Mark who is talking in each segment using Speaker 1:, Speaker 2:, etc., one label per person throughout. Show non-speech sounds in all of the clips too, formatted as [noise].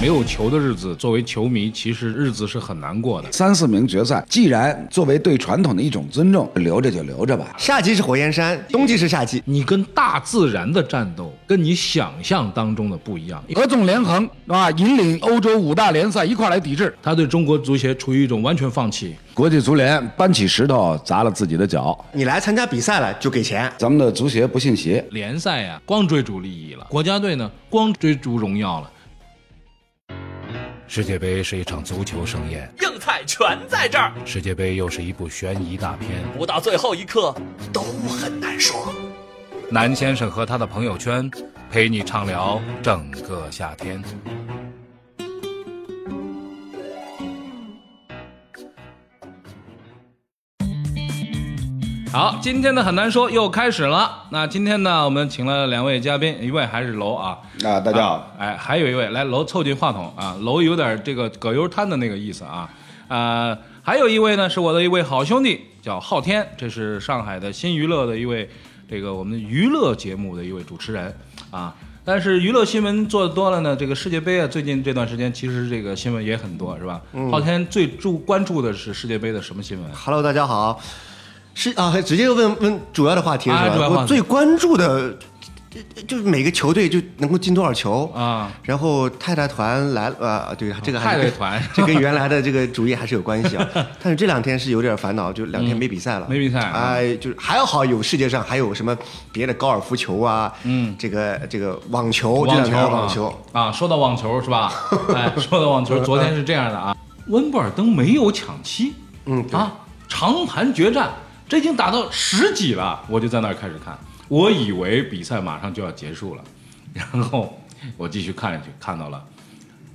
Speaker 1: 没有球的日子，作为球迷，其实日子是很难过的。
Speaker 2: 三四名决赛，既然作为对传统的一种尊重，留着就留着吧。
Speaker 3: 夏季是火焰山，冬季是夏季。
Speaker 1: 你跟大自然的战斗，跟你想象当中的不一样。
Speaker 4: 俄总联盟啊，引领欧洲五大联赛一块来抵制。
Speaker 1: 他对中国足协处于一种完全放弃。
Speaker 2: 国际足联搬起石头砸了自己的脚。
Speaker 3: 你来参加比赛了就给钱，
Speaker 2: 咱们的足协不信邪，
Speaker 1: 联赛呀、光追逐利益了；国家队呢，光追逐荣耀了。
Speaker 5: 世界杯是一场足球盛宴，
Speaker 6: 硬菜全在这儿。
Speaker 5: 世界杯又是一部悬疑大片，
Speaker 6: 不到最后一刻都很难说。
Speaker 5: 南先生和他的朋友圈，陪你畅聊整个夏天。
Speaker 1: 好，今天的很难说又开始了。那今天呢，我们请了两位嘉宾，一位还是楼啊，
Speaker 2: 啊大家好
Speaker 1: 啊哎，还有一位来楼凑近话筒啊，楼有点这个葛优瘫的那个意思啊，呃，还有一位呢是我的一位好兄弟，叫昊天，这是上海的新娱乐的一位这个我们娱乐节目的一位主持人啊。但是娱乐新闻做的多了呢，这个世界杯啊，最近这段时间其实这个新闻也很多，是吧？昊、天最注关注的是世界杯的什么新闻？
Speaker 3: Hello，大家好，是啊，直接问问主要的话题是吧？
Speaker 1: 啊主要话题
Speaker 3: 我最关注的，就就就是每个球队就能够进多少球
Speaker 1: 啊
Speaker 3: 然后太太团来了，呃，对，这个还是
Speaker 1: 太太团
Speaker 3: 这跟原来的这个主意还是有关
Speaker 1: [laughs]
Speaker 3: 系啊。但是这两天是有点烦恼，就两天没比赛了，
Speaker 1: 没比赛啊
Speaker 3: 哎，就是还好有世界上还有什么别的高尔夫球啊，嗯，这个这个网球，这
Speaker 1: 网
Speaker 3: 两
Speaker 1: 球
Speaker 3: 天
Speaker 1: 啊
Speaker 3: 网球，
Speaker 1: 啊，说到网球是
Speaker 3: [laughs]
Speaker 1: 吧？哎，说到网球，昨天是这样的啊，温布尔登没有抢七，
Speaker 3: 嗯对
Speaker 1: 啊，长盘决战，这已经打到十几了，我就在那儿开始看，我以为比赛马上就要结束了，然后我继续看下去，看到了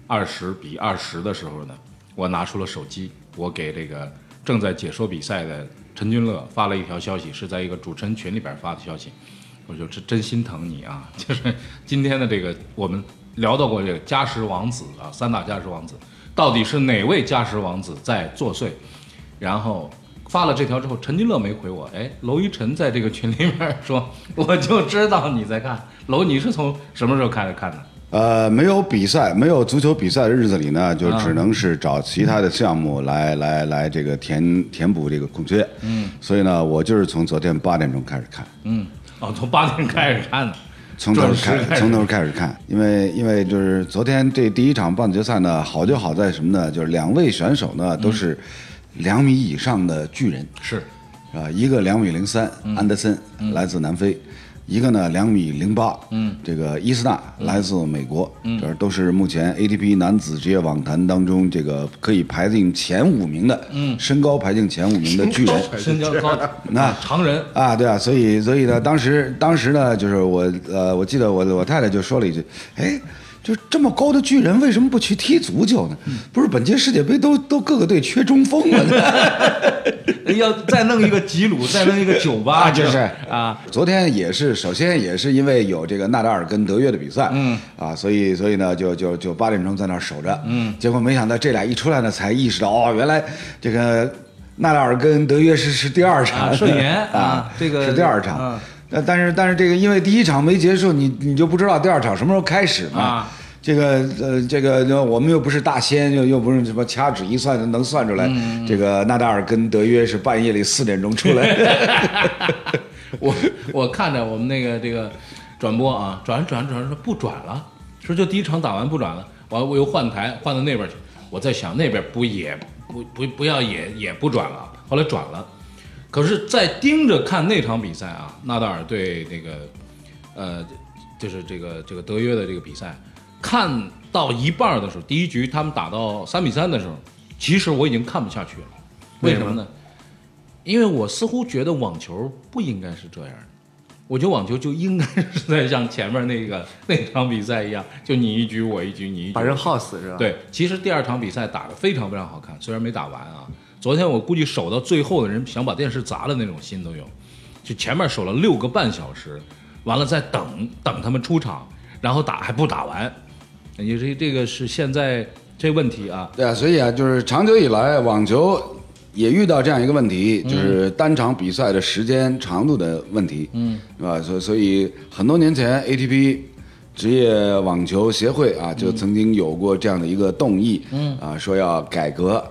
Speaker 1: 二十比二十的时候呢，我拿出了手机，我给这个正在解说比赛的陈君乐发了一条消息，是在一个主持人群里边发的消息。我就真真心疼你啊！ [laughs] 就是今天的这个，我们聊到过这个加时王子啊，三大加时王子，到底是哪位加时王子在作祟？然后发了这条之后，陈君乐没回我，哎，娄一晨在这个群里面说，我就知道你在看。娄，你是从什么时候开始看的？
Speaker 2: 呃，没有比赛，没有足球比赛的日子里呢，就只能是找其他的项目来、来来这个填填补这个空缺。嗯，所以呢，我就是从昨天八点钟开始看，
Speaker 1: 嗯，哦，从八点开始看的，
Speaker 2: 从头
Speaker 1: 准时
Speaker 2: 开
Speaker 1: 开始
Speaker 2: 从头开始看，因为因为就是昨天这第一场半决赛呢，好就好在什么呢？就是两位选手呢都是两米以上的巨人。
Speaker 1: 是
Speaker 2: 啊，一个两米零三，
Speaker 1: 嗯
Speaker 2: 安德森来自南非；一个呢两米零八，嗯，这个伊斯纳来自美国，嗯，这都是目前 ATP 男子职业网坛当中这个可以排进前五名的，嗯，身高排进前五名的巨人。
Speaker 1: 身高 [laughs] 高，
Speaker 2: 那
Speaker 1: 哎常人
Speaker 2: 啊，对啊，所以所以呢，当时当时呢，就是我呃，我记得我我太太就说了一句，哎。就这么高的巨人，为什么不去踢足球呢？不是本届世界杯都都各个队缺中锋了呢？
Speaker 1: 哎要再弄一个吉鲁，再弄一个酒吧，
Speaker 2: 啊就是
Speaker 1: [laughs] 啊，
Speaker 2: 昨天也是，首先也是因为有这个纳达尔跟德约的比赛，嗯，啊，所以所以呢，就就就八点钟在那儿守着，嗯，结果没想到这俩一出来呢，才意识到哦，原来这个纳达尔跟德约是是第二场、
Speaker 1: 啊顺延
Speaker 2: [laughs] 啊
Speaker 1: 啊这个
Speaker 2: 是第二场，
Speaker 1: 啊
Speaker 2: 但但是但是这个因为第一场没结束，你你就不知道第二场什么时候开始嘛。
Speaker 1: 啊
Speaker 2: 这个呃，这个我们又不是大仙，又又不是什么掐指一算就能算出来。
Speaker 1: 嗯
Speaker 2: 这个纳达尔跟德约是半夜里四点钟出来，
Speaker 1: [laughs] 我我看着我们那个这个转播啊，转着转着转着说不转了，说就第一场打完不转了，完我又换台换到那边去，我在想那边不也不不不要也也不转了，后来转了，可是再盯着看那场比赛啊，纳达尔对那个呃就是这个这个德约的这个比赛，看到一半儿的时候，第一局他们打到三比三的时候，其实我已经看不下去了，为什么呢？因为我似乎觉得网球不应该是这样的，我觉得网球就应该是在像前面那个那场比赛一样，就你一局我一局，你一局
Speaker 3: 把人耗死是吧？，
Speaker 1: 对，其实第二场比赛打得非常非常好看，虽然没打完啊。昨天我估计守到最后的人想把电视砸了那种心都有，就前面守了六个半小时，完了再等等他们出场，然后打还不打完，你这这个是现在这问题啊，
Speaker 2: 对啊，所以啊，就是长久以来，网球也遇到这样一个问题，
Speaker 1: 嗯
Speaker 2: 就是单场比赛的时间长度的问题，嗯，是吧？所所以很多年前 ATP 职业网球协会啊，就曾经有过这样的一个动议，嗯啊，说要改革，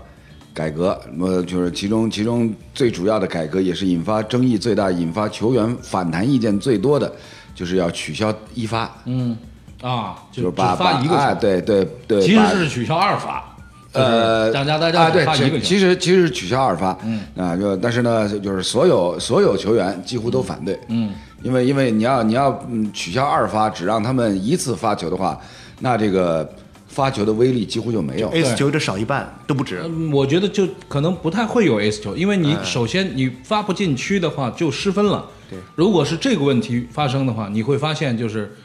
Speaker 2: 改革，那么就是其中其中最主要的改革，也是引发争议最大、引发球员反弹意见最多的，就是要取消一发，
Speaker 1: 嗯啊，
Speaker 2: 就
Speaker 1: 就是只
Speaker 2: 把
Speaker 1: 发一个
Speaker 2: 把哎，
Speaker 1: 球，
Speaker 2: 对对对，
Speaker 1: 其
Speaker 2: 把
Speaker 1: 实是取消二发，就是
Speaker 2: 呃，
Speaker 1: 大家大家
Speaker 2: 啊，
Speaker 1: 只
Speaker 2: 对，
Speaker 1: 发一个球，
Speaker 2: 其其实其实取消二发，嗯啊，就但是呢，就是所有所有球员几乎都反对，嗯，因为因为你要你要嗯取消二发，只让他们一次发球的话，那这个发球的威力几乎就没有。
Speaker 3: ，ace 球就少一半都不止。
Speaker 1: 嗯我觉得就可能不太会有 ace 球，因为你首先你发不进区的话就失分了。对，如果是这个问题发生的话，你会发现就是，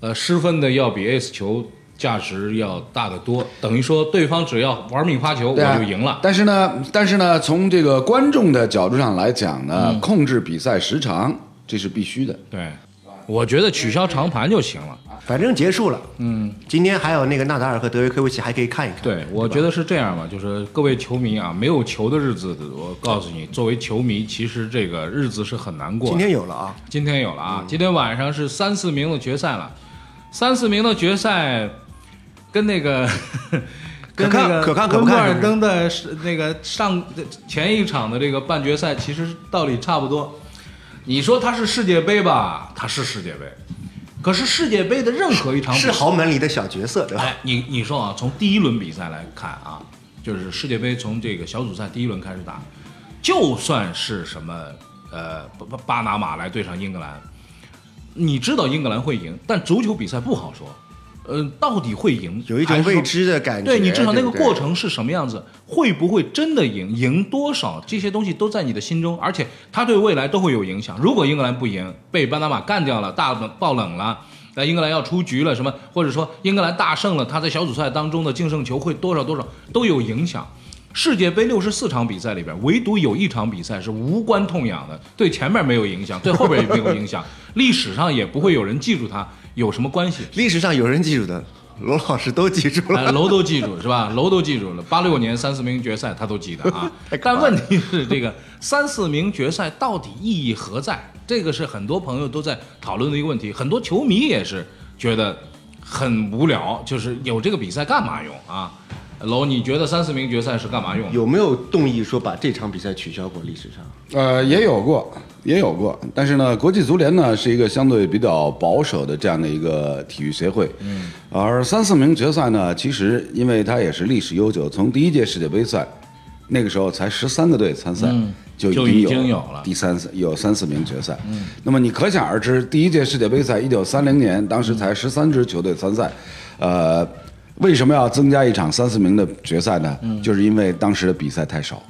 Speaker 1: 呃，失分的要比 ace 球价值要大得多，等于说对方只要玩命发球，
Speaker 2: 对啊
Speaker 1: 我就赢了。
Speaker 2: 但是呢，但是呢，从这个观众的角度上来讲呢，
Speaker 1: 嗯
Speaker 2: 控制比赛时长这是必须的。
Speaker 1: 对，我觉得取消长盘就行了。
Speaker 3: 反正结束了，嗯，今天还有那个纳达尔和德约科维奇还可以看一看。
Speaker 1: 对，我觉得是这样吧，就是各位球迷啊，没有球的日子，我告诉你，作为球迷，其实这个日子是很难过的。
Speaker 3: 今天有了啊，
Speaker 1: 今天有了啊，今天晚上是三四名的决赛了，三四名的决赛跟那个 [laughs] 跟那个
Speaker 3: 可看可不看
Speaker 1: 温布尔
Speaker 3: 是不是
Speaker 1: 登的是那个上前一场的这个半决赛其实道理差不多。你说它是世界杯吧，它是世界杯，可是世界杯的任何一场比赛
Speaker 3: 是豪门里的小角色，对吧？
Speaker 1: 哎，你你说啊，从第一轮比赛来看啊，就是世界杯从这个小组赛第一轮开始打，就算是什么呃巴巴巴拿马来对上英格兰，你知道英格兰会赢，但足球比赛不好说，呃，到底会赢
Speaker 3: 有一种
Speaker 1: 还是说
Speaker 3: 未知的感觉。
Speaker 1: 对你至少那个
Speaker 3: 对不对
Speaker 1: 过程是什么样子，会不会真的赢，赢多少，这些东西都在你的心中，而且它对未来都会有影响。如果英格兰不赢，被巴拿马干掉了，大冷爆冷了。那英格兰要出局了，什么或者说英格兰大胜了，他在小组赛当中的净胜球会多少多少都有影响。世界杯六十四场比赛里边，唯独有一场比赛是无关痛痒的，对前面没有影响，对后边也没有影
Speaker 3: [laughs]
Speaker 1: 响，历史上也不会有人记住它，有什么关系？
Speaker 3: 历史上有人记住的，罗老师都记住了。
Speaker 1: 哎，楼都记住是吧？楼都记住了，八六年三四名决赛他都记得啊
Speaker 3: [laughs] 太。可
Speaker 1: 但
Speaker 3: 怕了
Speaker 1: 问题是，这个三四名决赛到底意义何在？这个是很多朋友都在讨论的一个问题，很多球迷也是觉得很无聊，就是有这个比赛干嘛用啊？楼，你觉得三四名决赛是干嘛用的？
Speaker 3: 有没有动议说把这场比赛取消过？历史上
Speaker 2: 呃，也有过，也有过，但是呢，国际足联呢是一个相对比较保守的这样的一个体育协会，嗯，而三四名决赛呢，其实因为它也是历史悠久，从第一届世界杯赛那个时候才十三个队参赛，就
Speaker 1: 嗯就
Speaker 2: 已
Speaker 1: 已经
Speaker 2: 有
Speaker 1: 有了
Speaker 2: 第三有三四名决赛，嗯，那么你可想而知，第一届世界杯赛一九三零年，当时
Speaker 1: 嗯
Speaker 2: 才十三支球队参赛，呃，为什么要增加一场三四名的决赛呢？
Speaker 1: 嗯
Speaker 2: 就是因为当时的比赛太少，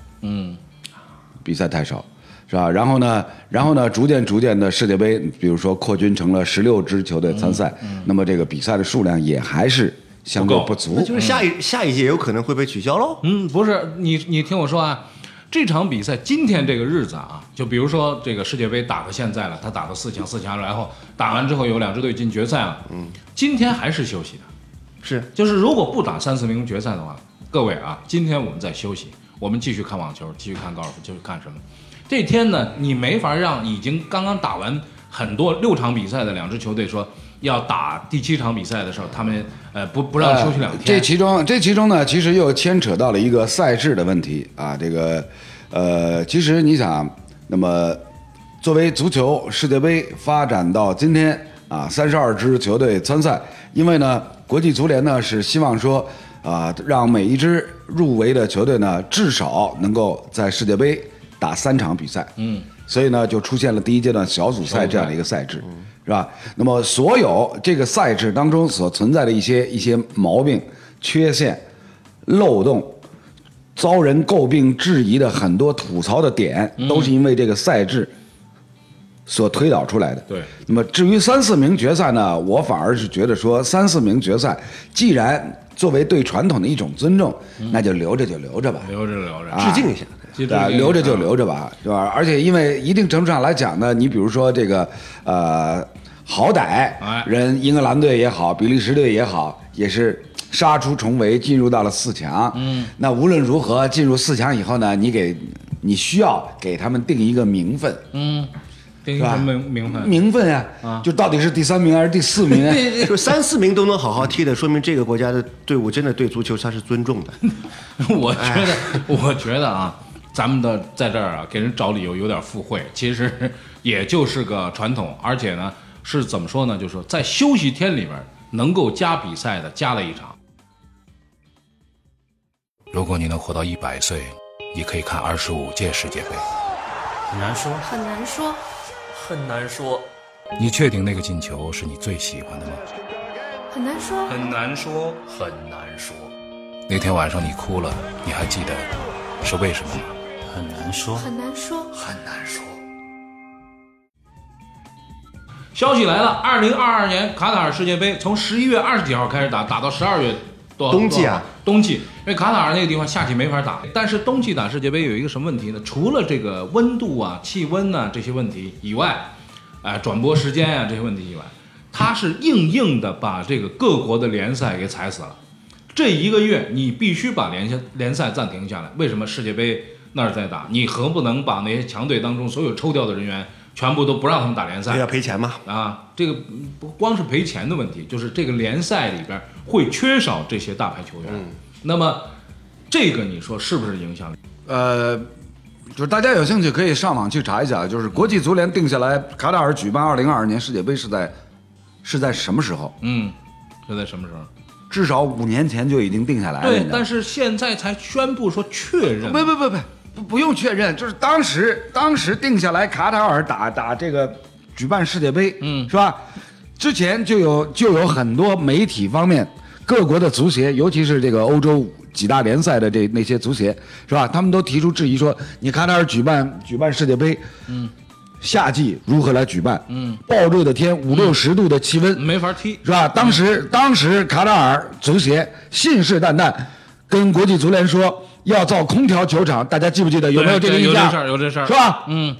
Speaker 2: 比赛太少，是吧？然后呢，然后呢，逐渐逐渐的世界杯，比如说扩军成了十六支球队参赛，那么这个比赛的数量也还是相对不足。
Speaker 3: 那就是下一、下一届有可能会被取消喽。
Speaker 1: 嗯，不是，你你听我说啊，这场比赛今天这个日子啊，就比如说这个世界杯打到现在了，他打到四强，四强，然后打完之后有两支队进决赛了，嗯，今天还是休息的，
Speaker 3: 是
Speaker 1: 嗯就是如果不打三四名决赛的话，各位啊，今天我们在休息，我们继续看网球，继续看高尔夫，继续看什么？这天呢，你没法让已经刚刚打完很多六场比赛的两支球队说要打第七场比赛的时候，他们呃不不让休息两
Speaker 2: 呃
Speaker 1: 天，
Speaker 2: 这其中，这其中呢，其实又牵扯到了一个赛制的问题啊。这个，呃，其实你想，那么作为足球世界杯发展到今天啊，三十二支球队参赛，因为呢，国际足联呢是希望说啊，让每一支入围的球队呢，至少能够在世界杯打三场比赛。嗯，所以呢，就出现了第一阶段小组赛这样的一个赛制。是吧？那么所有这个赛制当中所存在的一些一些毛病、缺陷、漏洞，遭人诟病、质疑的很多吐槽的点，都是因为这个赛制所推导出来的。
Speaker 1: 对
Speaker 2: 那么至于三四名决赛呢，我反而是觉得说，三四名决赛既然作为对传统的一种尊重，那就留着就留着吧。
Speaker 1: 留着留着，
Speaker 3: 致敬一下，
Speaker 1: 其实
Speaker 2: 对啊，
Speaker 1: 这个
Speaker 2: 留着就
Speaker 1: 啊
Speaker 2: 留着吧，是吧？而且因为一定程度上来讲呢，你比如说这个，呃，好歹
Speaker 1: 哎
Speaker 2: 人英格兰队也好，比利时队也好，也是杀出重围，进入到了四强。嗯，那无论如何进入四强以后呢，你给你需要给他们定一个名分。嗯，
Speaker 1: 丁
Speaker 2: 是吧
Speaker 1: 什么名名分？
Speaker 2: 名分啊，就到底是第三名还是第四
Speaker 1: [laughs]
Speaker 2: 名啊？
Speaker 3: 就三四名都能好好踢的，说明这个国家的队伍真的对足球他是尊重的。
Speaker 1: [laughs] 我觉得，我觉得啊，咱们的在这儿啊，给人找理由有点附会，其实 [laughs] 也就是个传统，而且呢，是怎么说呢？就是说在休息天里边能够加比赛的加了一场，
Speaker 5: 如果你能活到一百岁，你可以看二十五届世界杯。
Speaker 6: 很难说，
Speaker 7: 很难说。
Speaker 6: 很难说，
Speaker 5: 你确定那个进球是你最喜欢的吗？
Speaker 7: 很难说，
Speaker 6: 很难说，很难说，
Speaker 5: 那天晚上你哭了，你还记得是为什么吗？
Speaker 6: 很难说，
Speaker 7: 很难说，
Speaker 6: 很难说。
Speaker 1: 消息来了，二零二二年卡塔尔世界杯从十一月二十几号开始打，打到十二月多
Speaker 3: 冬季啊，
Speaker 1: 多冬季，因为卡塔尔那个地方夏季没法打，但是冬季打世界杯有一个什么问题呢？除了这个温度啊、气温呐、这些问题以外，啊、转播时间啊这些问题以外，它是硬硬的把这个各国的联赛给踩死了。这一个月你必须把联赛联赛暂停下来。为什么世界杯那儿在打？你何不能把那些强队当中所有抽调的人员全部都不让他们打联赛
Speaker 3: 这？要赔钱嘛？
Speaker 1: 啊，这个嗯不光是赔钱的问题，就是这个联赛里边会缺少这些大牌球员。
Speaker 2: 嗯
Speaker 1: 那么，这个你说是不是影响？
Speaker 2: 呃，就是大家有兴趣可以上网去查一下，就是国际足联定下来，卡塔尔举办二零二二年世界杯是在是在什么时候？
Speaker 1: 嗯，是在什么时候？
Speaker 2: 至少五年前就已经定下来了。
Speaker 1: 对
Speaker 2: 你，知道
Speaker 1: 但
Speaker 2: 吗
Speaker 1: 是现在才宣布说确认。
Speaker 2: 不不不不不不用确认，就是当时当时定下来，卡塔尔打打这个举办世界杯，嗯，是吧？之前就有就有很多媒体方面，各国的足协，尤其是这个欧洲几大联赛的这那些足协，是吧？他们都提出质疑说，你卡塔尔举办举办世界杯，嗯。夏季如何来举办？嗯，暴热的天，五六十度的气温，
Speaker 1: 没法踢。
Speaker 2: 是吧？当时当时卡塔尔足协信誓旦旦跟国际足联说要造空调球场，大家记不记得？有没有这个
Speaker 1: 对
Speaker 2: 印
Speaker 1: 有这
Speaker 2: 象
Speaker 1: 事？儿？有这事儿
Speaker 2: 是？吧？
Speaker 1: 嗯，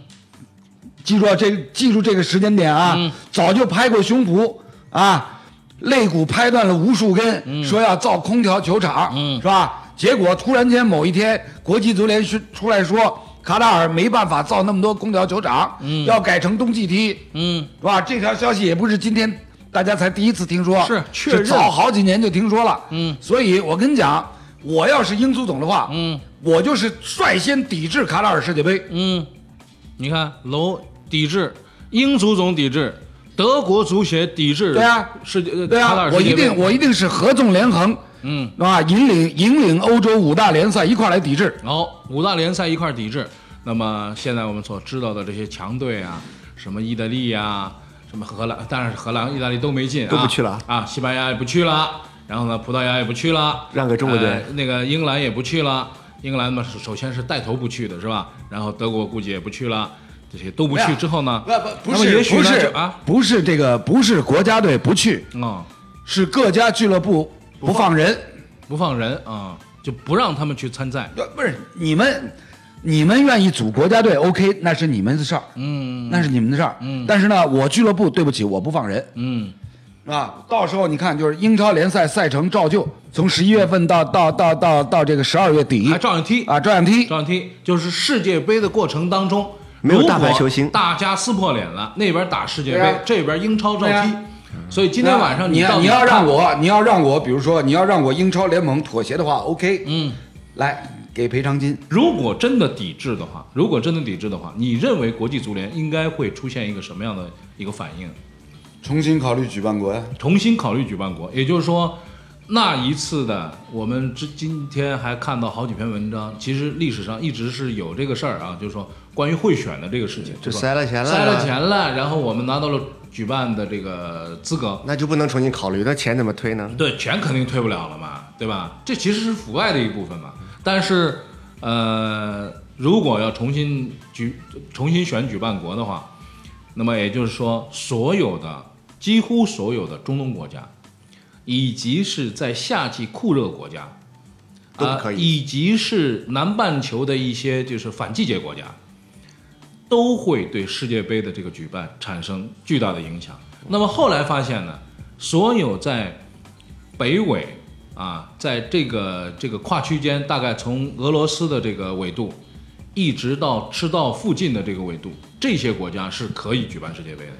Speaker 2: 记住啊这记住这个时间点啊，
Speaker 1: 嗯
Speaker 2: 早就拍过胸脯啊，肋骨拍断了无数根，
Speaker 1: 嗯
Speaker 2: 说要造空调球场，是吧？结果突然间某一天，国际足联是出来说。卡塔尔没办法造那么多空调球场，要改成冬季踢，
Speaker 1: 嗯，
Speaker 2: 是吧？这条消息也不是今天大家才第一次听说，
Speaker 1: 是确认
Speaker 2: 早好几年就听说了，嗯。所以我跟你讲，我要是英足总的话，嗯，我就是率先抵制卡塔尔世界杯，
Speaker 1: 嗯，你看，楼抵制，英足总抵制，德国足协抵制。
Speaker 2: 对啊
Speaker 1: 世界呃
Speaker 2: 对
Speaker 1: 卡塔
Speaker 2: 啊
Speaker 1: 尔，世
Speaker 2: 我
Speaker 1: 界
Speaker 2: 一定
Speaker 1: 杯
Speaker 2: 我一定是合纵连横，嗯，啊，引领引领欧洲五大联赛一块儿来抵制。
Speaker 1: 然后五大联赛一块儿抵制。那么现在我们所知道的这些强队啊，什么意大利呀、什么荷兰，当然是荷兰、意大利都没进、啊，
Speaker 3: 都不去了
Speaker 1: 啊，西班牙也不去了，然后呢，葡萄牙也不去了，
Speaker 3: 让给中国队
Speaker 1: 呃那个英格兰也不去了，英格兰嘛，首先是带头不去的是吧？然后德国估计也不去了，这些都不去之后呢，
Speaker 2: 不
Speaker 1: 那么也许
Speaker 2: 不
Speaker 1: 呢
Speaker 2: 是
Speaker 1: 就啊，，
Speaker 2: 不是这个，不是国家队不去，
Speaker 1: 嗯，
Speaker 2: 是各家俱乐部不放人。
Speaker 1: 不放人啊、就不让他们去参赛。
Speaker 2: 呃不是你们，你们愿意组国家队，OK，那是你们的事儿，嗯，那是你们的事儿，嗯。但是呢，我俱乐部对不起，我不放人，
Speaker 1: 嗯，
Speaker 2: 啊，到时候你看，就是英超联赛赛程照旧，从十一月份到到到到到这个十二月底
Speaker 1: 还照样踢
Speaker 2: 啊，照样踢
Speaker 1: 照，样踢，就是世界杯的过程当中，
Speaker 3: 没有大牌
Speaker 1: 如果
Speaker 3: 球星
Speaker 1: 大家撕破脸了，那边打世界杯，
Speaker 2: 对啊
Speaker 1: 这边英超照踢，
Speaker 2: 对啊
Speaker 1: 所以今天晚上
Speaker 2: 你
Speaker 1: 到
Speaker 2: 要
Speaker 1: 底
Speaker 2: 你要让我，你要让我，比如说你要让我英超联盟妥协的话，OK，嗯，来给赔偿金。
Speaker 1: 如果真的抵制的话，如果真的抵制的话，你认为国际足联应该会出现一个什么样的一个反应？
Speaker 2: 重新考虑举办国呀，
Speaker 1: 重新考虑举办国，也就是说，那一次的我们之今天还看到好几篇文章，其实历史上一直是有这个事儿啊，就是说关于贿选的这个事情，
Speaker 3: 就是
Speaker 1: 吧
Speaker 3: 塞了钱了
Speaker 1: 塞了钱了，然后我们拿到了举办的这个资格，
Speaker 3: 那就不能重新考虑，那钱怎么推呢？
Speaker 1: 对，钱肯定退不了了嘛，对吧？这其实是腐败的一部分嘛。但是，呃，如果要重新举、重新选举办国的话，那么也就是说，所有的几乎所有的中东国家，以及是在夏季酷热国家，
Speaker 3: 都不
Speaker 1: 啊
Speaker 3: 可以
Speaker 1: 以及是南半球的一些就是反季节国家，都会对世界杯的这个举办产生巨大的影响。那么后来发现呢，所有在北纬啊，在这个这个跨区间，大概从俄罗斯的这个纬度，一直到赤道附近的这个纬度，这些国家是可以举办世界杯的。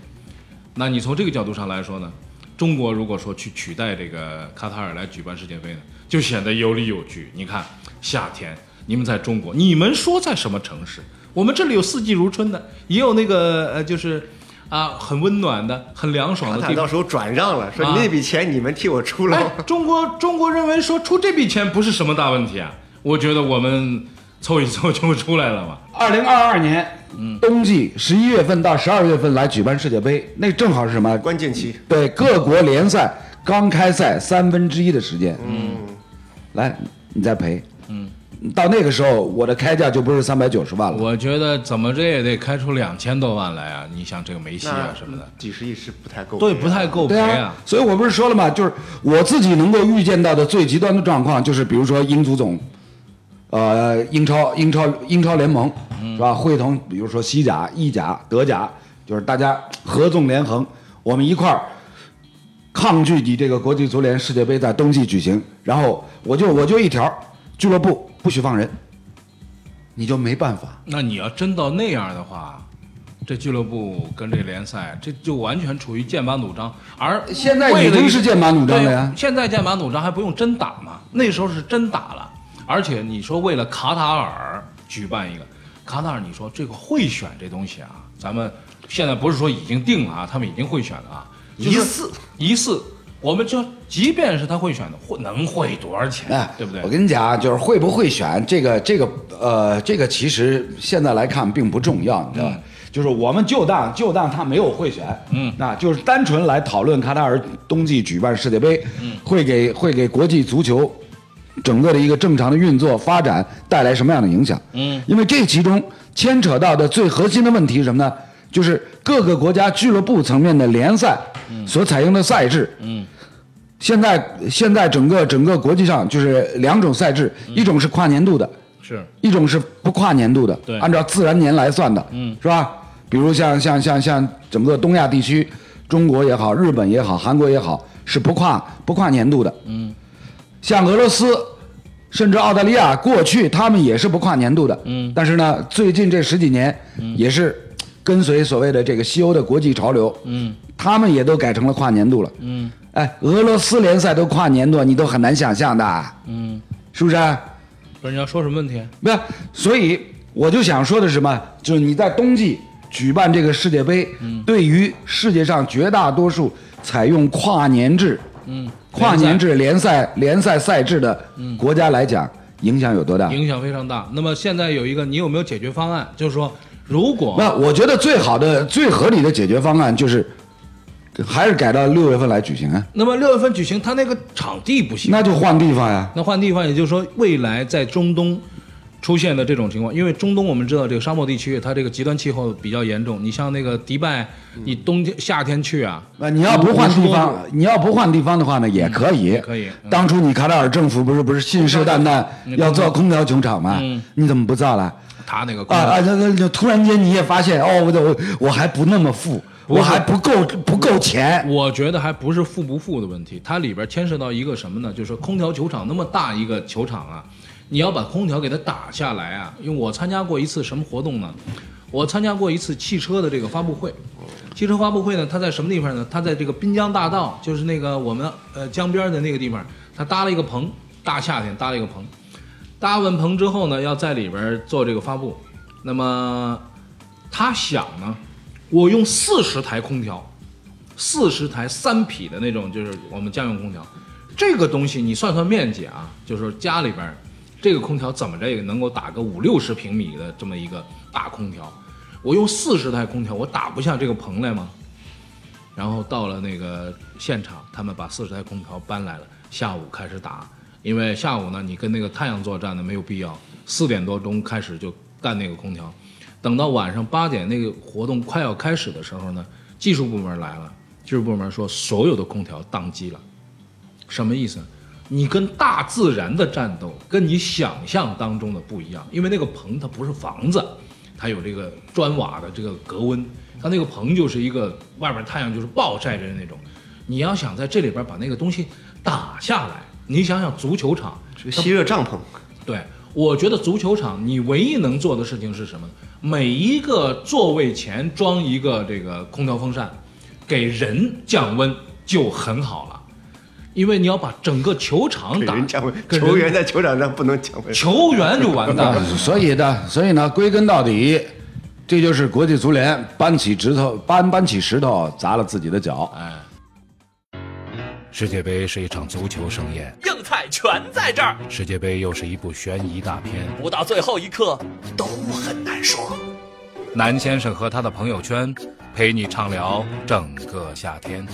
Speaker 1: 那你从这个角度上来说呢，中国如果说去取代这个卡塔尔来举办世界杯呢，就显得有理有据。你看，夏天你们在中国，你们说在什么城市？我们这里有四季如春的，也有那个呃，就是啊，很温暖的、很凉爽的
Speaker 3: 卡塔
Speaker 1: 地方
Speaker 3: 尔到。时候转让了，说
Speaker 1: 啊
Speaker 3: 那笔钱你们替我出了
Speaker 1: 哎，，中国中国认为说出这笔钱不是什么大问题啊，我觉得我们凑一凑就出来了嘛。
Speaker 8: 二零二二年
Speaker 2: 冬季十一月份到十二月份来举办世界杯，那正好是什么？
Speaker 3: 关键期
Speaker 2: 对各国联赛刚开赛三分之一的时间。嗯，来，你再赔。嗯，到那个时候我的开价就不是三百九十万了。
Speaker 1: 我觉得怎么着也得开出两千多万来啊！你想这个梅西啊
Speaker 3: 那
Speaker 1: 什么的，
Speaker 3: 几十亿是不太够，
Speaker 1: 对，不太够赔
Speaker 2: 对啊，所以我不是说了吗？就是我自己能够预见到的最极端的状况，就是比如说英足总，呃，英超、英超、英超联盟，
Speaker 1: 嗯
Speaker 2: 是吧？会同比如说西甲、意甲、德甲，就是大家合纵连横，我们一块儿抗拒你这个国际足联世界杯在冬季举行。然后我就我就一条，俱乐部不许放人，你就没办法。
Speaker 1: 那你要真到那样的话，这俱乐部跟这联赛，这就完全处于剑拔弩张。而
Speaker 2: 现在
Speaker 1: 为了
Speaker 2: 已经
Speaker 1: 一个
Speaker 2: 是剑拔弩张了呀
Speaker 1: 对现在剑拔弩张还不用真打嘛，那时候是真打了。而且你说为了卡塔尔举办一个，卡塔尔，你说这个会选这东西啊，咱们现在不是说已经定了啊，他们已经会选了啊，
Speaker 3: 疑似
Speaker 1: 疑似。我们就即便是他会选的，会能会多少钱，
Speaker 2: 哎，
Speaker 1: 对不对？
Speaker 2: 我跟你讲啊，就是会不会选这个这个呃，这个其实现在来看并不重要，你知道吧？就是我们就当就当他没有会选，嗯，那就是单纯来讨论卡塔尔冬季举办世界杯，嗯，会给会给国际足球整个的一个正常的运作发展带来什么样的影响？嗯，因为这其中牵扯到的最核心的问题是什么呢？就是各个国家俱乐部层面的联赛所采用的赛制，嗯，现在现在整个整个国际上就是两种赛制，一种是跨年度的，
Speaker 1: 是
Speaker 2: 一种是不跨年度的，
Speaker 1: 对
Speaker 2: 按照自然年来算的，嗯，是吧？比如像像像像整个东亚地区，中国也好，日本也好，韩国也好，是不跨不跨年度的，嗯，像俄罗斯。甚至澳大利亚过去他们也是不跨年度的，嗯，但是呢，最近这十几年、也是跟随所谓的这个西欧的国际潮流，嗯，他们也都改成了跨年度了，嗯，哎，俄罗斯联赛都跨年度，你都很难想象的，嗯，是不是？
Speaker 1: 不是你要说什么问题？
Speaker 2: 不是，所以我就想说的是什么？就是你在冬季举办这个世界杯，
Speaker 1: 嗯
Speaker 2: 对于世界上绝大多数采用跨年制、嗯，跨年制联赛联赛赛制的国家来讲，影响有多大？
Speaker 1: 嗯影响非常大。那么现在有一个，你有没有解决方案？就是说，如果
Speaker 2: 那我觉得最好的、最合理的解决方案就是，还是改到六月份来举行啊，
Speaker 1: 那么六月份举行，他那个场地不行，
Speaker 2: 那就换地方呀。
Speaker 1: 那换地方，也就是说，未来在中东出现的这种情况，因为中东我们知道这个沙漠地区，它这个极端气候比较严重。你像那个迪拜，你冬天夏天去啊，
Speaker 2: 那呃嗯你要不换地
Speaker 1: 50
Speaker 2: 方，你要不换地方的话呢，也可以。
Speaker 1: 可以嗯
Speaker 2: 当初你卡塔尔政府不是不是信誓旦旦要造空调球场吗？你怎么不造了？
Speaker 1: 他那个
Speaker 2: 啊
Speaker 1: 空
Speaker 2: 啊！那那那突然间你也发现哦，我我我还不那么富，我还不够不够钱。
Speaker 1: 我觉得还不是富不富的问题，它里边牵涉到一个什么呢？就是说空调球场那么大一个球场啊，你要把空调给它打下来啊。因为我参加过一次什么活动呢？我参加过一次汽车的这个发布会，汽车发布会呢，它在什么地方呢？它在这个滨江大道，就是那个我们呃江边的那个地方，它搭了一个棚，大夏天搭了一个棚，搭完棚之后呢，要在里边做这个发布。那么他想呢，我用四十台空调，四十台三匹的那种，就是我们家用空调，这个东西你算算面积啊，就是说家里边儿这个空调怎么着也能够打个五六十平米的这么一个大空调，我用四十台空调，我打不下这个棚来吗？然后到了那个现场，他们把四十台空调搬来了，下午开始打，因为下午呢，你跟那个太阳作战呢没有必要，四点多钟开始就干那个空调，等到晚上八点那个活动快要开始的时候呢，技术部门来了，技术部门说所有的空调宕机了，什么意思？你跟大自然的战斗，跟你想象当中的不一样，因为那个棚它不是房子，它有这个砖瓦的这个隔温，它那个棚就是一个外边太阳就是暴晒着的那种。你要想在这里边把那个东西打下来，你想想足球场，
Speaker 3: 这个吸热帐篷，
Speaker 1: 对我觉得足球场你唯一能做的事情是什么呢？每一个座位前装一个这个空调风扇，给人降温就很好了，因为你要把整个球场
Speaker 3: 给
Speaker 1: 打
Speaker 3: 人降温，
Speaker 1: 给人
Speaker 3: 球员在球场上不能降温。
Speaker 1: 球员就完蛋了。
Speaker 2: 那啊所以呢，所以呢，归根到底，这就是国际足联搬起指头搬搬起石头砸了自己的脚。
Speaker 5: [laughs] 世界杯是一场足球盛宴，
Speaker 6: 硬菜全在这儿，
Speaker 5: 世界杯又是一部悬疑大片。
Speaker 6: 不到最后一刻都很难说。
Speaker 5: 南先生和他的朋友圈，陪你畅聊整个夏天。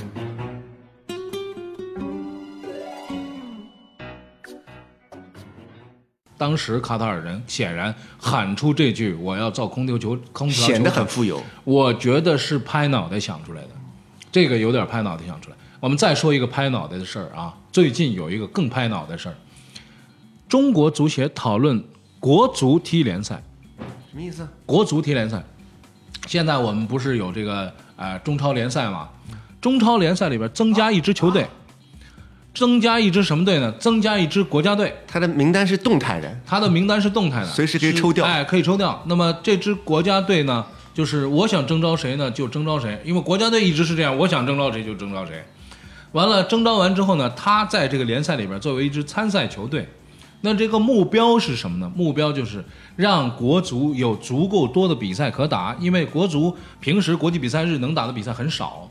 Speaker 1: 当时卡塔尔人显然喊出这句“我要造空调球”，空调球
Speaker 3: 显得很
Speaker 1: 场
Speaker 3: 富有。
Speaker 1: 我觉得是拍脑袋想出来的，这个有点拍脑袋想出来。我们再说一个拍脑袋的事儿啊，最近有一个更拍脑袋的事儿，中国足协讨论国足踢联赛，
Speaker 3: 什么意思？
Speaker 1: 国足踢联赛。现在我们不是有这个呃中超联赛吗？中超联赛里边增加一支球
Speaker 3: 啊
Speaker 1: 队，增加一支什么队呢？增加一支国家队。
Speaker 3: 他的名单是动态的，
Speaker 1: 它的名单是动态的，
Speaker 3: 随时可以抽掉
Speaker 1: 是哎，可以抽掉。那么这支国家队呢，就是我想征召谁呢，就征召谁，因为国家队一直是这样，我想征召谁就征召谁。完了，征召完之后呢，他在这个联赛里边作为一支参赛球队，那这个目标是什么呢？目标就是让国足有足够多的比赛可打，因为国足平时国际比赛日能打的比赛很少，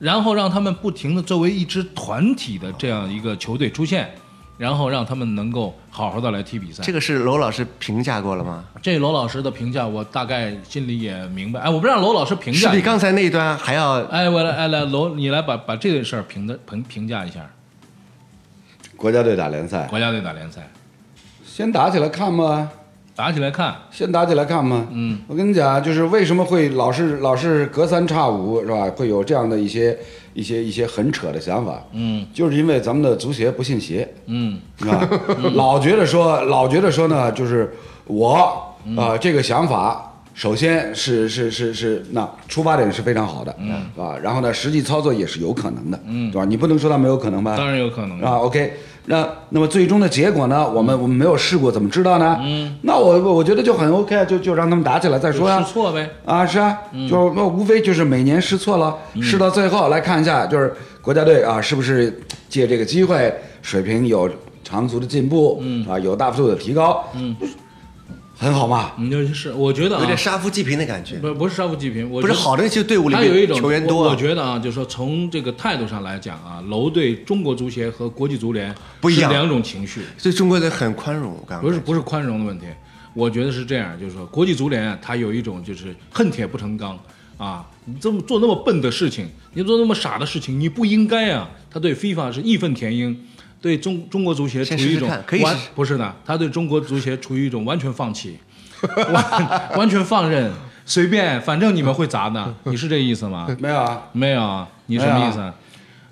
Speaker 1: 然后让他们不停的作为一支团体的这样一个球队出现，然后让他们能够好好的来踢比赛。
Speaker 3: 这个是娄老师评价过了吗？
Speaker 1: 这罗老师的评价，我大概心里也明白。哎，我们让罗老师评
Speaker 3: 是
Speaker 1: 价
Speaker 3: 比
Speaker 1: 一下。
Speaker 3: 刚才那一段还要
Speaker 1: 哎，我来，哎来，罗，你来把把这个事儿评的评评价一下。
Speaker 2: 国家队打联赛，
Speaker 1: 国家队打联赛，
Speaker 2: 先打起来看嘛，
Speaker 1: 打起来看，
Speaker 2: 先打起来看嘛。嗯，我跟你讲，就是为什么会老是老是隔三差五是吧？会有这样的一些一些一些很扯的想法。嗯，就是因为咱们的足协不信邪。
Speaker 1: 嗯，
Speaker 2: 啊，老觉得说，老觉得说呢，就是我啊、
Speaker 1: 嗯
Speaker 2: 呃这个想法，首先是是是是，那出发点是非常好的，嗯啊，然后呢，实际操作也是有可能的，嗯，对吧？你不能说它没有可能吧？
Speaker 1: 当然有可能
Speaker 2: 啊。OK，那那么最终的结果呢？我们我们没有试过，怎么知道呢？嗯，那我我我觉得就很 OK，啊就就让他们打起来再说呀、
Speaker 1: 试错呗。
Speaker 2: 啊，是啊，就是那无非就是每年试错了，试到最后来看一下，就是国家队啊，是不是借这个机会水平有长足的进步，啊，有大幅度的提高，嗯，很好嘛。
Speaker 1: 你就是，我觉得啊
Speaker 3: 有，点杀富济贫的感觉，
Speaker 1: 不不是稍不济贫，我
Speaker 3: 不是
Speaker 1: 觉得
Speaker 3: 好的那些队伍里
Speaker 1: 他有一种
Speaker 3: 球员多
Speaker 1: 我，
Speaker 3: 啊
Speaker 1: 我觉得啊，就是说从这个态度上来讲啊，楼对中国足协和国际足联
Speaker 3: 不一样
Speaker 1: 是两种情绪。
Speaker 3: 所以中国人很宽容。我刚
Speaker 1: 不是不是宽容的问题，我觉得是这样，就是说国际足联啊，它有一种就是恨铁不成钢啊，你这么做那么笨的事情，你做那么傻的事情，你不应该啊。他对 FIFA 是义愤填膺，对中中国足协处
Speaker 3: 先
Speaker 1: 于一
Speaker 3: 试试
Speaker 1: 种
Speaker 3: 看可以
Speaker 1: 完
Speaker 3: 试试
Speaker 1: 不是的，他对中国足协处于一种完全放弃，完 [laughs] 完全放任，随便，反正你们会砸的，你是这意思
Speaker 2: [laughs]
Speaker 1: 吗？
Speaker 2: 没有啊，
Speaker 1: 没有啊，你什么意思啊？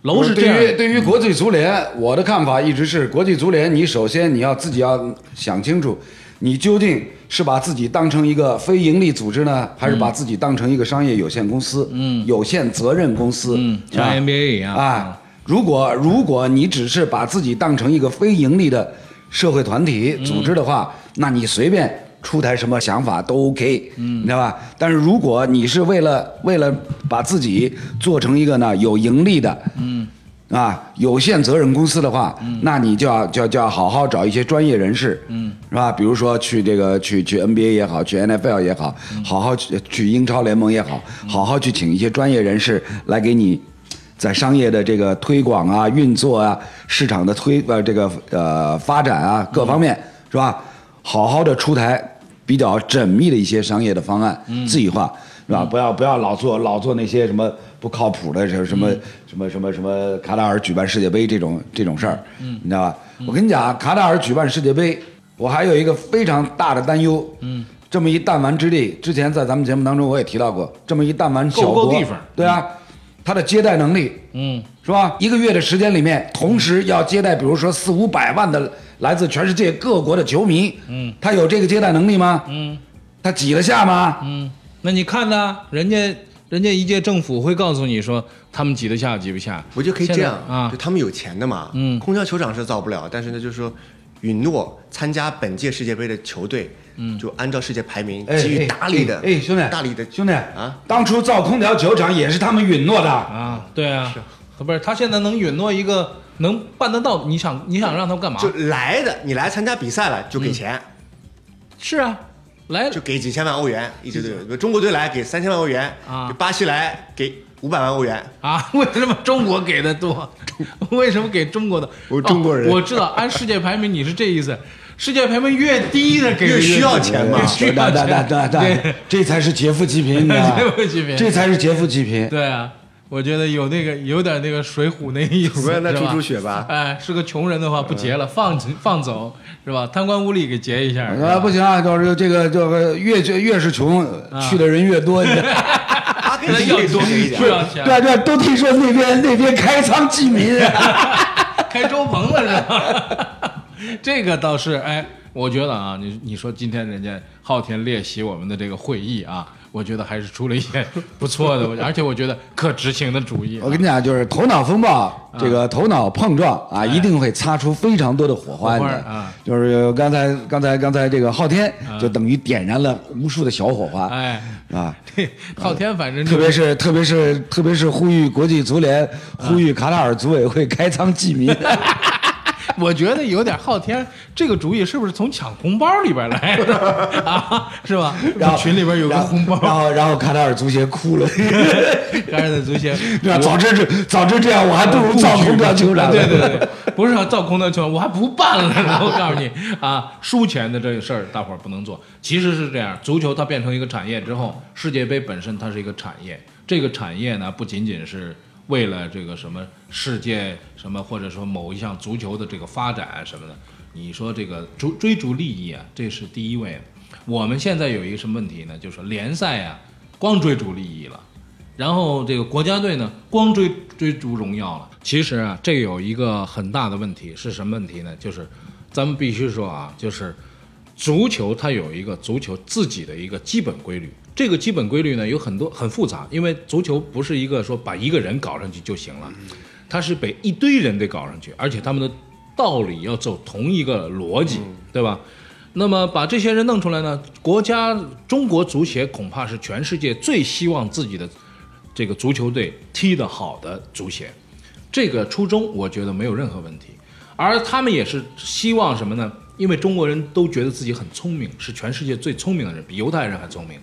Speaker 1: 楼是这
Speaker 2: 对
Speaker 1: 样
Speaker 2: 于对于国际足联，我的看法一直是，国际足联你首先你要自己要想清楚，你究竟是把自己当成一个非盈利组织呢，还是把自己当成一个商业有限公司，嗯，有限责任公司，
Speaker 1: 嗯像
Speaker 2: 啊
Speaker 1: NBA 一样
Speaker 2: 啊。如果如果你只是把自己当成一个非盈利的社会团体组织的话，那你随便出台什么想法都 OK，嗯，你知道吧？但是如果你是为了为了把自己做成一个呢有盈利的，嗯。啊，有限责任公司的话，那你就要就要就要好好找一些专业人士，嗯，是吧？比如说去这个去去 NBA 也好，去 NFL 也好，好好去去英超联盟也好，好好去请一些专业人士来给你在商业的这个推广啊、运作啊、市场的推呃这个呃发展啊各方面、是吧？好好的出台比较缜密的一些商业的方案，
Speaker 1: 嗯
Speaker 2: 自己化是吧？不要不要老做老做那些什么不靠谱的什什么、
Speaker 1: 嗯
Speaker 2: 什么什么什么卡塔尔举办世界杯这种这种事儿，
Speaker 1: 嗯
Speaker 2: 你知道吧？我跟你讲啊，卡塔尔举办世界杯，我还有一个非常大的担忧，嗯。这么一弹丸之地，之前在咱们节目当中我也提到过，这么一弹丸小
Speaker 1: 够不够
Speaker 2: 国
Speaker 1: 地方
Speaker 2: 对啊，他的接待能力，嗯，是吧？一个月的时间里面，同时要接待，比如说四五百万的来自全世界各国的球迷，嗯，他有这个接待能力吗？嗯，他挤得下吗？
Speaker 1: 嗯，那你看呢？人家人家一届政府会告诉你说他们挤得下挤不下，
Speaker 3: 我就可以这样
Speaker 1: 现在啊
Speaker 3: 就。他们有钱的嘛，
Speaker 1: 嗯
Speaker 3: 空调球场是造不了，但是呢，就是说允诺参加本届世界杯的球队，嗯，就按照世界排名，
Speaker 4: 哎
Speaker 3: 给予
Speaker 4: 哎
Speaker 3: 大力的，
Speaker 4: 哎，哎兄弟，
Speaker 3: 大力的
Speaker 4: 兄弟
Speaker 3: 啊，
Speaker 4: 当初造空调球场也是他们允诺的，
Speaker 1: 啊，
Speaker 3: 嗯
Speaker 1: 对啊，他不是他现在能允诺一个能办得到，你想你想让他们干嘛？
Speaker 3: 就来的，你来参加比赛了就给钱，
Speaker 1: 是啊，来
Speaker 3: 嗯就给几千万欧元，一支队友，比如中国队来给三千万欧元，
Speaker 1: 啊
Speaker 3: 给巴西来给五百万欧 [laughs] 元，
Speaker 1: 啊， [laughs] 为什么中国给的多？ [laughs] 为什么给中国的？
Speaker 3: 我中国人
Speaker 1: 哦我知道，按世界排名你是这意思，世界排名越低的给的
Speaker 3: 越需
Speaker 1: 多
Speaker 3: 要钱嘛
Speaker 1: [laughs]
Speaker 2: [laughs]
Speaker 1: 越需
Speaker 4: 那
Speaker 1: 要
Speaker 4: 那那那
Speaker 1: 钱，
Speaker 4: 那
Speaker 1: 对，
Speaker 4: 这才是劫富济
Speaker 1: [laughs]
Speaker 4: 贫，你知道吗
Speaker 1: 劫富济贫
Speaker 4: 这才是劫富济贫。
Speaker 1: [laughs] 对啊，我觉得有那个有点那个水浒那
Speaker 4: [laughs]
Speaker 1: 意思，
Speaker 3: 不让他
Speaker 1: 是吧
Speaker 3: 出出血吧
Speaker 1: 哎，是个穷人的话不劫
Speaker 4: 嗯
Speaker 1: 了，放放走是吧？贪官污吏给劫一下，是吧
Speaker 4: 啊，不行啊，就是这个，就是越越是穷，
Speaker 1: 啊
Speaker 4: 去的人越多。你知道
Speaker 3: 阿根
Speaker 1: 给他
Speaker 3: 廷
Speaker 1: 要
Speaker 3: 也多给一点
Speaker 1: 不，要钱，
Speaker 4: 对啊对啊，都听说那边那边开仓济民啊。
Speaker 1: 开粥棚了是吧？ [laughs] 这个倒是，哎，我觉得啊，你你说今天人家昊天列席我们的这个会议啊，我觉得还是出了一些不错的，我而且我觉得可执行的主
Speaker 4: [laughs]
Speaker 1: 意啊、
Speaker 4: [laughs] 我跟你讲，就是头脑风
Speaker 1: 啊
Speaker 4: 暴，这个头脑碰撞啊，一定会擦出非常多的火花
Speaker 1: 哎火花
Speaker 4: 的
Speaker 1: 啊。
Speaker 4: 就是刚才刚才刚才这个昊天，就等于点燃了无数的小火花
Speaker 1: 哎，
Speaker 4: 啊。
Speaker 1: 这昊天反正就
Speaker 4: 特别是特别是特别是呼吁国际足联，
Speaker 1: 啊
Speaker 4: 呼吁卡塔尔组委会开仓济
Speaker 1: [laughs]
Speaker 4: 民。
Speaker 1: 我觉得有点昊天这个主意是不是从抢红包里边来的啊？是吧？
Speaker 4: 然后
Speaker 1: 群里边有个
Speaker 4: 然后
Speaker 1: 红
Speaker 4: 然
Speaker 1: 包，
Speaker 4: 后然后卡塔尔足协哭了。 [laughs]
Speaker 1: 然后足协
Speaker 4: 对吧？早知这早知这样，啊我还不如造空调球场。
Speaker 1: 对对对，不是要造空调球场，我还不办了呢。 [laughs] 我告诉你啊，输钱的这个事儿，大伙儿不能做。其实是这样，足球它变成一个产业之后，世界杯本身它是一个产业，这个产业呢，不仅仅是。为了这个什么世界什么，或者说某一项足球的这个发展啊什么的，你说这个追追逐利益啊，这是第一位的。我们现在有一个什么问题呢？就是联赛啊，光追逐利益了，然后这个国家队呢，光追追逐荣耀了。其实啊，这有一个很大的问题是什么问题呢？就是咱们必须说啊，就是足球它有一个足球自己的一个基本规律。这个基本规律呢，有很多很复杂，因为足球不是一个说把一个人搞上去就行了，它是被一堆人得搞上去，而且他们的道理要走同一个逻辑，对吧？那么把这些人弄出来呢，国家中国足协恐怕是全世界最希望自己的这个足球队踢得好的足协，这个初衷我觉得没有任何问题。而他们也是希望什么呢？因为中国人都觉得自己很聪明，是全世界最聪明的人，比犹太人还聪明。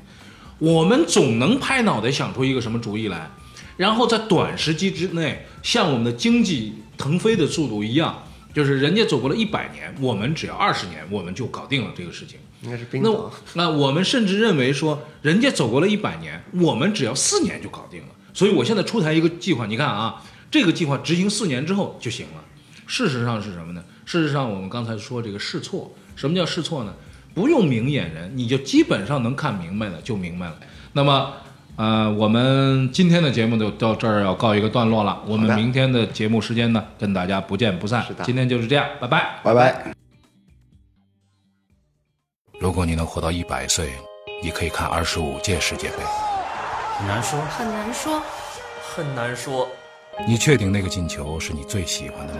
Speaker 1: 我们总能拍脑袋想出一个什么主意来，然后在短时期之内，像我们的经济腾飞的速度一样，就是人家走过了一百年，我们只要二十年，我们就搞定了这个事情。
Speaker 3: 应该是冰
Speaker 1: 那
Speaker 3: 岛。
Speaker 1: 那我们甚至认为说，人家走过了一百年，我们只要四年就搞定了。所以我现在出台一个计划，你看啊，这个计划执行四年之后就行了。事实上是什么呢？事实上，我们刚才说这个试错，什么叫试错呢？不用明眼人，你就基本上能看明白了，就明白了。那么，呃，我们今天的节目就到这儿要告一个段落了。我们
Speaker 3: 好的
Speaker 1: 明天的节目时间呢，跟大家不见不散
Speaker 3: 是。的
Speaker 1: 今天就是这样，拜拜。
Speaker 2: 拜拜。
Speaker 5: 如果你能活到一百岁，你可以看二十五届世界杯。
Speaker 6: 很难说，
Speaker 7: 很难说，
Speaker 6: 很难说，
Speaker 5: 你确定那个进球是你最喜欢的吗？